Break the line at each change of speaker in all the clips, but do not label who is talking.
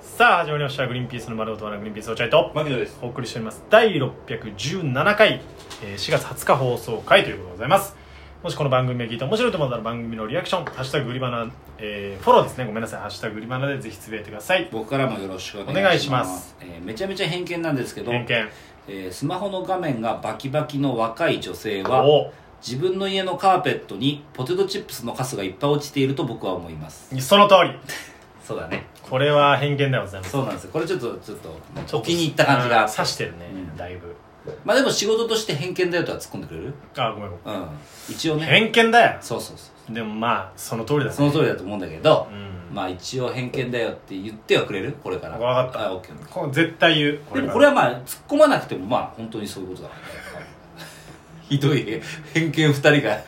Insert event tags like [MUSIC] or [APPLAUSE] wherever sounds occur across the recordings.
さあ始まりました「グリーンピースの丸ごとなグリーンピースお茶いと
牧野です」
お送りしております第617回、えー4月20日放送回ということでございますもしこの番組が聞いて面白いと思ったら番組のリアクション「ハッシュタググリバナ」えーフォローですねごめんなさい「ハッシュタググリバナ」でぜひつぶやいてください
僕からもよろしくお
お願
願
い
い
し
し
ま
ますすえーめちゃめちゃ偏見なんですけど、
偏見
えースマホの画面がバキバキの若い女性は
お
自分の家のカーペットにポテトチップスのカスがいっぱい落ちていると僕は思います
その通り
そうだね
これは偏見ではございます
そうなんですよこれちょっとちょっと気に入った感じ
うん
が
刺してるね、
うん
だいぶ
まあでも仕事として偏見だよとは突っ込んでくれる
あごめんご
うん一応
めん
ね
偏見だよ
そうそうそ
でもまあその通りだね
うその通りだと思うんだけど
う、ん
まあ一応偏見だよって言ってはくれるこれから
わかった
あオッケー
こう絶対言う
でも
から
これはまあ突っ込まなくてもまあ本当にそういうことだからひどい偏見2人が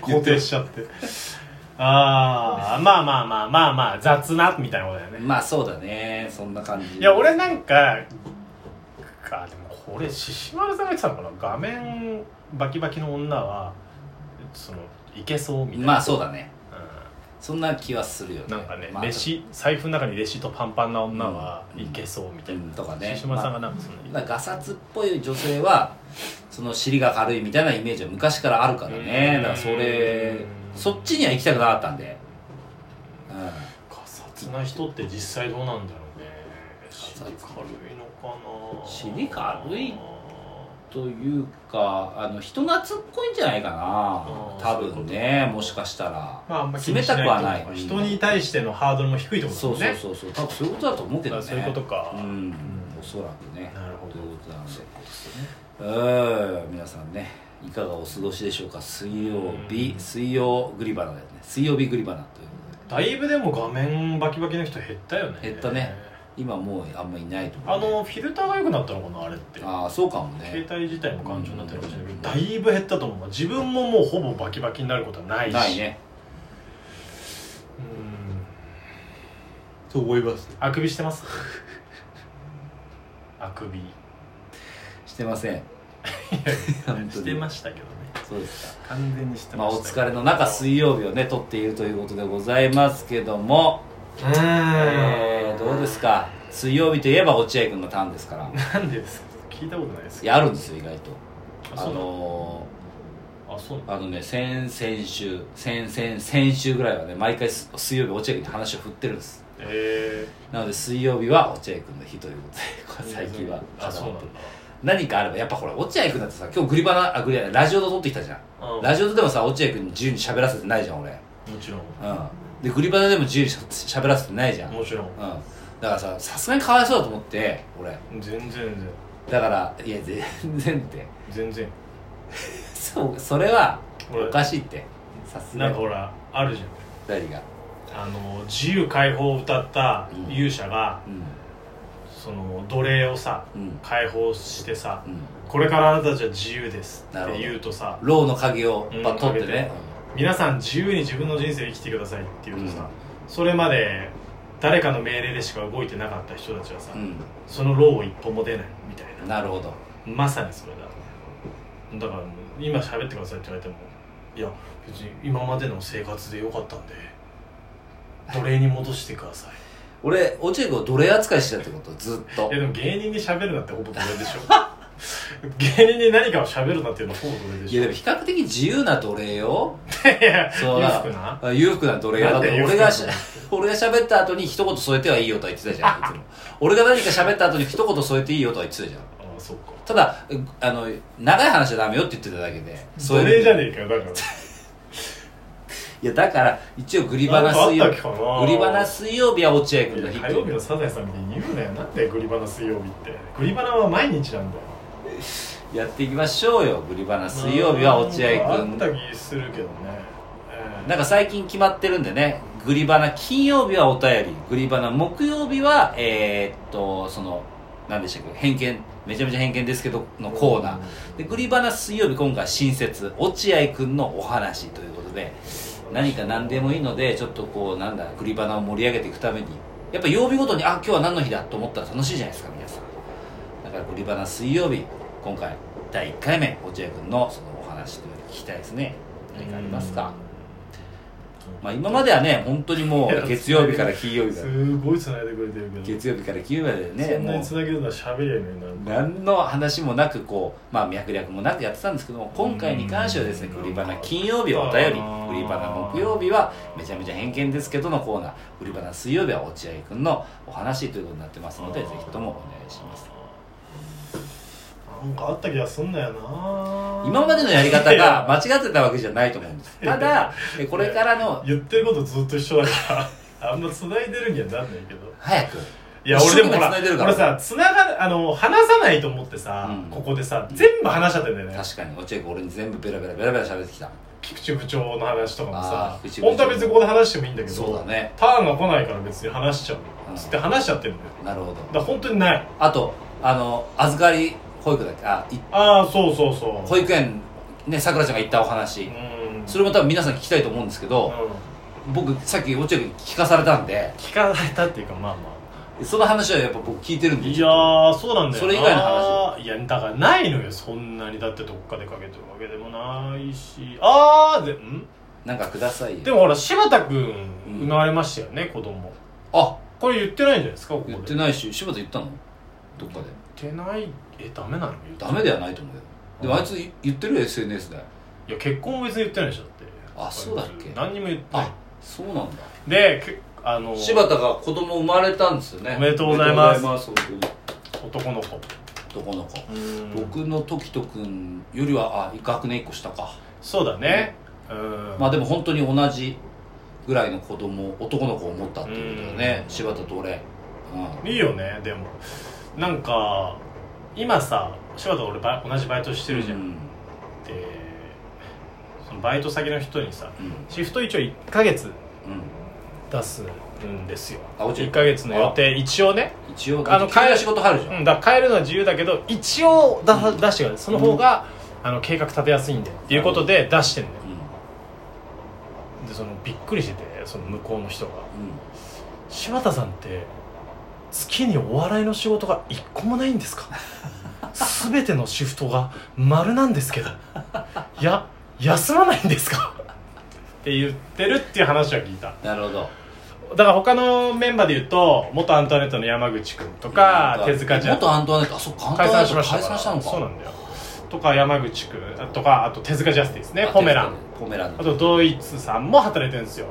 肯定しちゃってああまあまあまあまあまあ雑なみたいなことだよね
まあそうだねそんな感じ
いや俺なんかかでもこれ獅子丸さんが言ってたのかな画面バキバキの女はそのいけそうみたいな、
まあそうだね
う
そんな気はするよね
んなんかね、
まあ
レシ財布の中にレシートパンパンな女は
うん
いけそうみた
う
いな、
んとかね
獅子丸さんがなんかそんな、
まあガサツっぽい女性はその尻が軽いみたいなイメージは昔からあるからね
うん
だからそれそっちには行きたくなかったんでうんガ
ガサツな人って実際どうなんだろうね
サツ
尻軽いのかな
尻軽いというかあの人懐っこいんじゃないかな
ーそ
多
ういう
分
こと
ねもしかしたら
まあ、あんま気に
冷
した
くはない
とか人に対してのハードルも低いってことだ
そ
も
うんそう
ね
そうそう多分そういうことだと思うけどね
あそういうことか
うん、
うん
おそらくね
なるほど
ということなんで
そうですね
うん皆さんねいかがお過ごしでしょうか水曜日
うん
水曜グリバナだよね水曜日グリバナということで
だいぶでも画面バキバキの人減ったよね
減ったね今もうあんまいないと思
あ
うね、
のフィルターが良くなったのかなあれって
ああそうかもね
携帯自体も頑丈になってるかもしれないけどだいぶ減ったと思う自分ももうほぼバキバキになることはないし
ないね
うん
と思います
あくびしてます
[LAUGHS]
あくび
してません本当
して
に
ま
[LAUGHS]
したけどね
そうですか
完全にして
まあ、
ました
お疲れの中水曜日をね撮っているということでございますけども、
うー
え
ん
ーどうですか水曜日といえば落合君のターンですから
なんでですか聞いたことないです
い
け
やあるんですよ意外と
ど
あの
あそうなの
ーあのね先先週先先先週ぐらいはね毎回す水曜日落合君に話を振ってるんです
え
なので水曜日は落合君の日ということで
ー
最近は
あそうなんだ
何かあればやっぱほら落合君だってさ今日グリバナあグリバナラジオで撮ってきたじゃんラジオででもさ落合君に自由に喋らせてないじゃん俺
もちろん
うんでグリバナでも自由にしゃ喋らせてないじゃんうん
もちろん
だからささすがにかわいそうだと思って俺
全然全然
だからいや全然って
全然
そうそれは
俺
おかしいってさすが
なんか
に
ほらあるじゃん
二人が
あの自由解放を歌った勇者が、
うん
その奴隷をさ
うん
解放してさ
うん
これからあなたたちは自由ですって言うとさ
牢の鍵を
うん
まあ取ってね
皆さん自由に自分の人生を生きてくださいって言うとさ、それまで誰かの命令でしか動いてなかった人たちはさ、
うん、
その牢を一歩も出ないみたい
うん
な
なるほど
まさにそれだだからもう今喋ってくださいって言われてもいや別に今までの生活でよかったんで奴隷に戻してください
俺落合君を奴隷扱いしてたってことずっと
いやでも芸人に喋るなってほぼ奴隷でしょ芸人に何かを喋るなっていうのはほぼ奴隷で
い
しょ
やでも比較的自由な奴隷よ
いや
そう
裕
だ
福な
あ裕福な奴隷よだっ
な
て
んで裕
俺
福な
が
の
し [LAUGHS] 俺が喋った後に一言添えてはいいよとは言ってたじ
[LAUGHS]
ゃんいつも俺が何か喋った後に一言添えていいよとは言ってたじゃん
ああそうか
ただうあの長い話はダメよって言ってただけで
奴隷じゃ
え
ねえかよだから
いやだから一応グリバナ水
な
曜
んかあったっけかな
グリバナ水曜日は落合君の
い
日
や火曜日のサザエさんみたいに言うなよなんでグリバナ水曜日ってグリバナは毎日なんだよ
やっていきましょうよグリバナ水曜日は落合
なん
君
かあった気するけどね、え
なんか最近決まってるんでね、グリバナ金曜日はお便り、グリバナ木曜日は、えーっと、その、何でしたっけ、偏見、めちゃめちゃ偏見ですけど、のコーナー。で、グリバナ水曜日、今回は新設、落合くんのお話ということで、何か何でもいいので、ちょっとこう、なんだ、グリバナを盛り上げていくために、やっぱ曜日ごとに、あ、今日は何の日だと思ったら楽しいじゃないですか、皆さん。だから、グリバナ水曜日、今回、第1回目、落合くんのそのお話というのを聞きたいですね。何かありますか、
う
まあ、今まではね本当にも
いや
う月曜日から金曜日から
すごい繋いでくれてるけど
月曜日から金曜日までね
そんな
も
に
う
繋げるのは喋りゃいいのにな
何の話もなくこう、まあ、脈略もなくやってたんですけども今回に関してはですね「
うん
グリバナ金曜日はお便り」
あー
「グリバナ木曜日はめちゃめちゃ偏見ですけど」のコーナー「グリバナ水曜日は落合君のお話」ということになってますので
あ
ぜ
ー
ひともお願いします
なんかあった気がすんだよな
今までのやり方
いや [LAUGHS]
が間違ってたわけじゃないと思うんですただえこれからの
言ってることずっと一緒だから [LAUGHS] あんま繋いでるにはなんないけど
早く
いや
一
俺で
生
も
懸命
ほら
繋いでるから
俺さ繋があの話さないと思ってさ、
うん
ここでさ全部話しちゃってんだよね
確かに落合君俺に全部ベラベラベラベラ喋ってきた
菊池部長の話とかも
あー
さ
菊池部長
本当は別にここで話してもいいんだけど
そうだね
ターンが来ないから別に話しちゃう
うん
つって話しちゃってるんだよ
なるほど
だから本当にない
あとあの預かり保育だっけあい
ああそうそうそう
保育園ねさくらちゃんが言ったお話、
うん
それも多分皆さん聞きたいと思うんですけど、
う
僕さっき落合君に聞かされたんで
ん聞かされたっていうかまあまあ
その話はやっぱ僕聞いてるんで
いやーそうなんだよな
それ以外の話
いやだからないのよそんなにだってどっかでかけてるわけでもないしああでん
なんかくださいよ
でもほら柴田君
うん
生まれましたよね、子供
あ
これ言ってないんじゃないですかここで
言ってないし柴田言ったのどっかで
言ってないえダメなの言って
ダメではないと思うよでもあいつい言ってるよ SNS で
いや結婚も別に言ってないでしょだって
あそうだっけ
何にも言ってない
あそうなんだ
でけあの
柴田が子供生まれたんですよね
おめでとうございます
おめでとうございます
男の子
本当に男の子、
僕
僕の時と君よりはあ学年1個下か
そうだねうん
まあでも本当に同じぐらいの子供男の子を持ったっていうことだね、
うん
柴田と俺、うん、
いいよねでもなんか今さ柴田と俺ば同じバイトしてるじゃん、
うん
でそのバイト先の人にさ
うん
シフト一応1ヶ月
うん
出すんですよ
あ落ちる
1ヶ月の予定一応ね
一応
あ
あ
の
の会社仕事入るじゃん、
うん、だから変えるのは自由だけど一応出さ出してからその方が、あの計画立てやすいんでっていうことで出してんのよ
う
でそのびっくりしててその向こうの人が
ん
柴田さんって月にお笑いの仕事が一個もないんですか全てのシフトが丸なんですけどいや休まないんですかって言ってるっていう話は聞いた
なるほど
だから他のメンバーで言うと元アントワネットの山口君とか手塚ちゃん
元アントワネットあそっかアント
解
ワネ
散
ッ
しま
ト
したか
解
ら
散したのか
そうなんだよとか山口君とかあと手塚ジャスティスね
あ
ポメラン
ポメラン
あとドイツさんも働いてるんですよ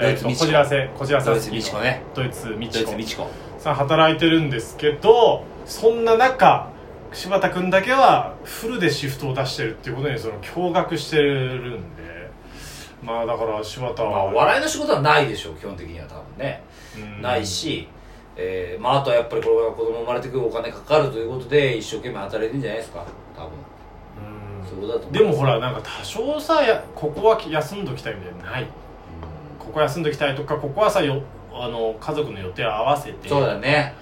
ド
え
イ
っ
ツ
と
ミ
こ
チコ
じらせこじらせ
ドイツミチコね
ドイツミ
ド
チ
イ
コ
ツミチコ
さん働いてるんですけどそんな中柴田君だけはフルでシフトを出してるっていうことにその驚愕してるんでまあだから柴田
ま
は
あ、笑いの仕事はないでしょう基本的には多分ね、
うん
ないし、えーまあ、あとはやっぱりこれが子供生まれてくるお金かかるということで一生懸命働いてるんじゃないですか多分
うん
そういうことだと思う
でもほらなんか多少さやここは休んどきたいみたいなのないここ休んどきたいとかここはさよあの家族の予定を合わせて
そうだね、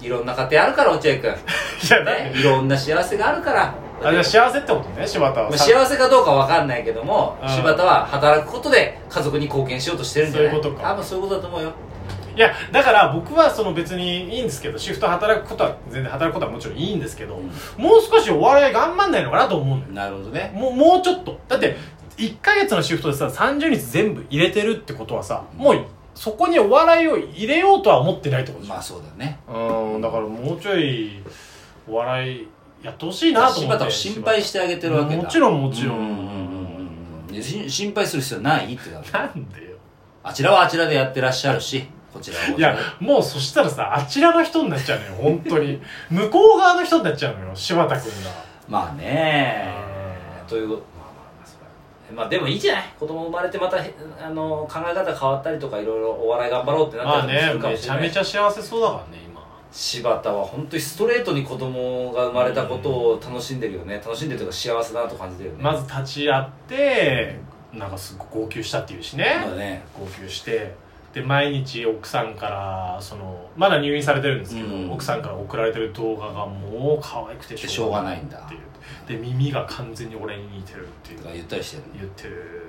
うん、いろんな家庭あるから落合
[LAUGHS]
君、
いやだって
ね、いろんな幸せがあるから
あじゃあ幸せってことね柴田
ま
は
あ
さ
幸せかどうかわかんないけども、
うん
柴田は働くことで家族に貢献しようとしてるんじゃない
そういうことか
多分そういうことだと思うよ
いやだから僕はその別にいいんですけどシフト働くことは全然働くことはもちろんいいんですけど、もう少しお笑い頑張んないのかなと思うのよ
なるほどね
もうもうちょっとだって1ヶ月のシフトでさ30日全部入れてるってことはさもうそこにお笑いを入れようとは思ってないってことじゃん
まあそうだね
うんだからもうちょいお笑いやってほしいなと思って
柴田を心配してあげてるわけだ
もちろんもちろん
うううんうんでし心配する必要ないってなる
なんでよ
あちらはあちらでやってらっしゃるしこちらはこ
い
ちら
や
で
もうそしたらさあちらの人になっちゃうのよ本当に向こう側の人になっちゃうのよ柴田君
まあね
が
ということまあでもいいじゃない子供生まれてまたへあの考え方変わったりとかいろいろお笑い頑張ろうってな
ま
っ
あ
たりもす
ね
るかも
め
し
ち
れな
ゃ
い、
めちゃ幸せそうだからね今
柴田は本当にストレートに子供が生まれたことを楽しんでるよね楽しんでるというか幸せだなと感じてるよね
まず立ち会ってなんかすごく号泣したっていうしね
まだね
号泣してで毎日奥さんからそのまだ入院されてるんですけど、
うん
奥さんから送られてる動画がもう可愛くて
しょうがないんだ
っていうで耳が完全に俺に似てるっていう
とか言ったりしてる
言ってる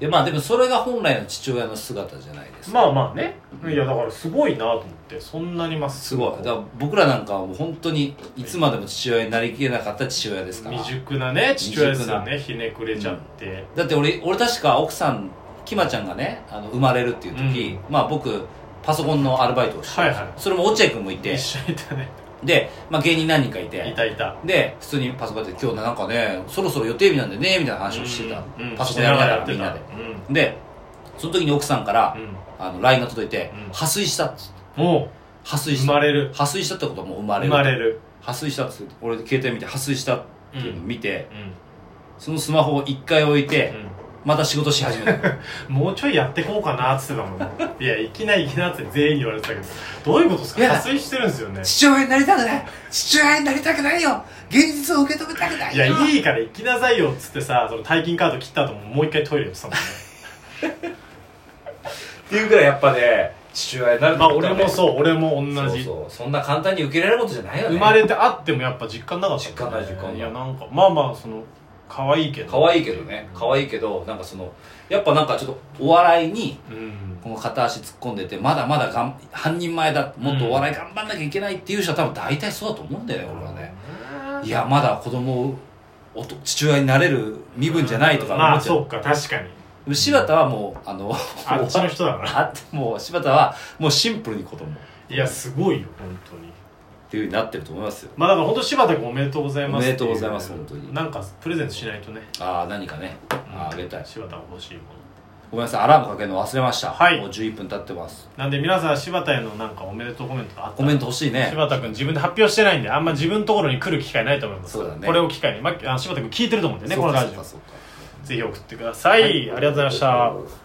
いやまあでもそれが本来の父親の姿じゃないですか、
まあまあねいやだからすごいなと思ってそんなにまっす
す
ぐ
ごいだから僕らなんかはもう本当にいつまでも父親になりきれなかった父親ですから
未熟なね父親ですよ
未熟
ねひねくれちゃって、
だって俺俺確か奥さんきまちゃんがねあの生まれるっていう時、まあ僕パソコンのアルバイトをして、
はいはい
それも落合君もいて
一緒にいたね
で、まあ、芸人何人かいて
いたいた
で普通にパソコンやって今日なんかねそろそろ予定日なんでねみたいな話をしてた、
うんうん
パソコンやりながら
して
みんなで
やって
でその時に奥さんから
た、うん
あの LINE が届いて
うん
「破水した」っつって
うんも
破
う
水し
生
た
まれる
破水したってことはもう生まれ
生
る
まれる
破水したっつって俺携帯見て破水したっていうのを見て、
うん
そのスマホを一回置いて、また仕事し始めた
もうちょいやってこうかなっつってたも [LAUGHS] んいやいきないいきなって全員に言われてたけどどういうことですか
いや
破水してるんですよね
父親になりたくない父親になりたくないよ現実を受け止めたくない
やいいから行きなさいよっつってさその大金カード切った後ももう一回トイレ寄ってたもんね
っていうぐらいやっぱね父親になる
まあ俺も
そ
そう俺も同
う
じ
そうそんな簡単に受け入れられることじゃないよね
生まれてあってもやっぱ実感なかった、ね、
実感ない実感ない
いやなんかまあまあその可愛いけど
可愛いけどね可愛いけどなんかそのやっぱなんかちょっとお笑いに
うん
この片足突っ込んでてまだまだがん半人前だもっとお笑い頑張んなきゃいけないっていう人は多分大体そうだと思うんだよね俺はねいやまだ子供をおと父親になれる身分じゃないとか
ま
思
あ
っちゃう、
そうか確かに
でも柴田はもうあの
あっちの人だから
あってもう柴田はもうシンプルに子供っ
いやすごいよ本当に
ていうふうになってると思いますよ
まあだから本当柴田君おめでとうございますって
おめでとうございます本当に
なんかプレゼントしないとね
ああ何かねあーあげたい
柴田が欲しいもの
ごめんなさいアラームかけるの忘れました、
はい
もう11分経ってます
なんで皆さん柴田へのなんかおめでとうコメントあった
コメント欲しいね
柴田君自分で発表してないんであんま自分のところに来る機会ないと思います
そうだね
これを機会に、まあ、柴田君聞いてると思うんでね
そ
こ
う
の
か
ラ
そう
ジ
か
オ
そうか
ぜひ送ってください、ありがとうございました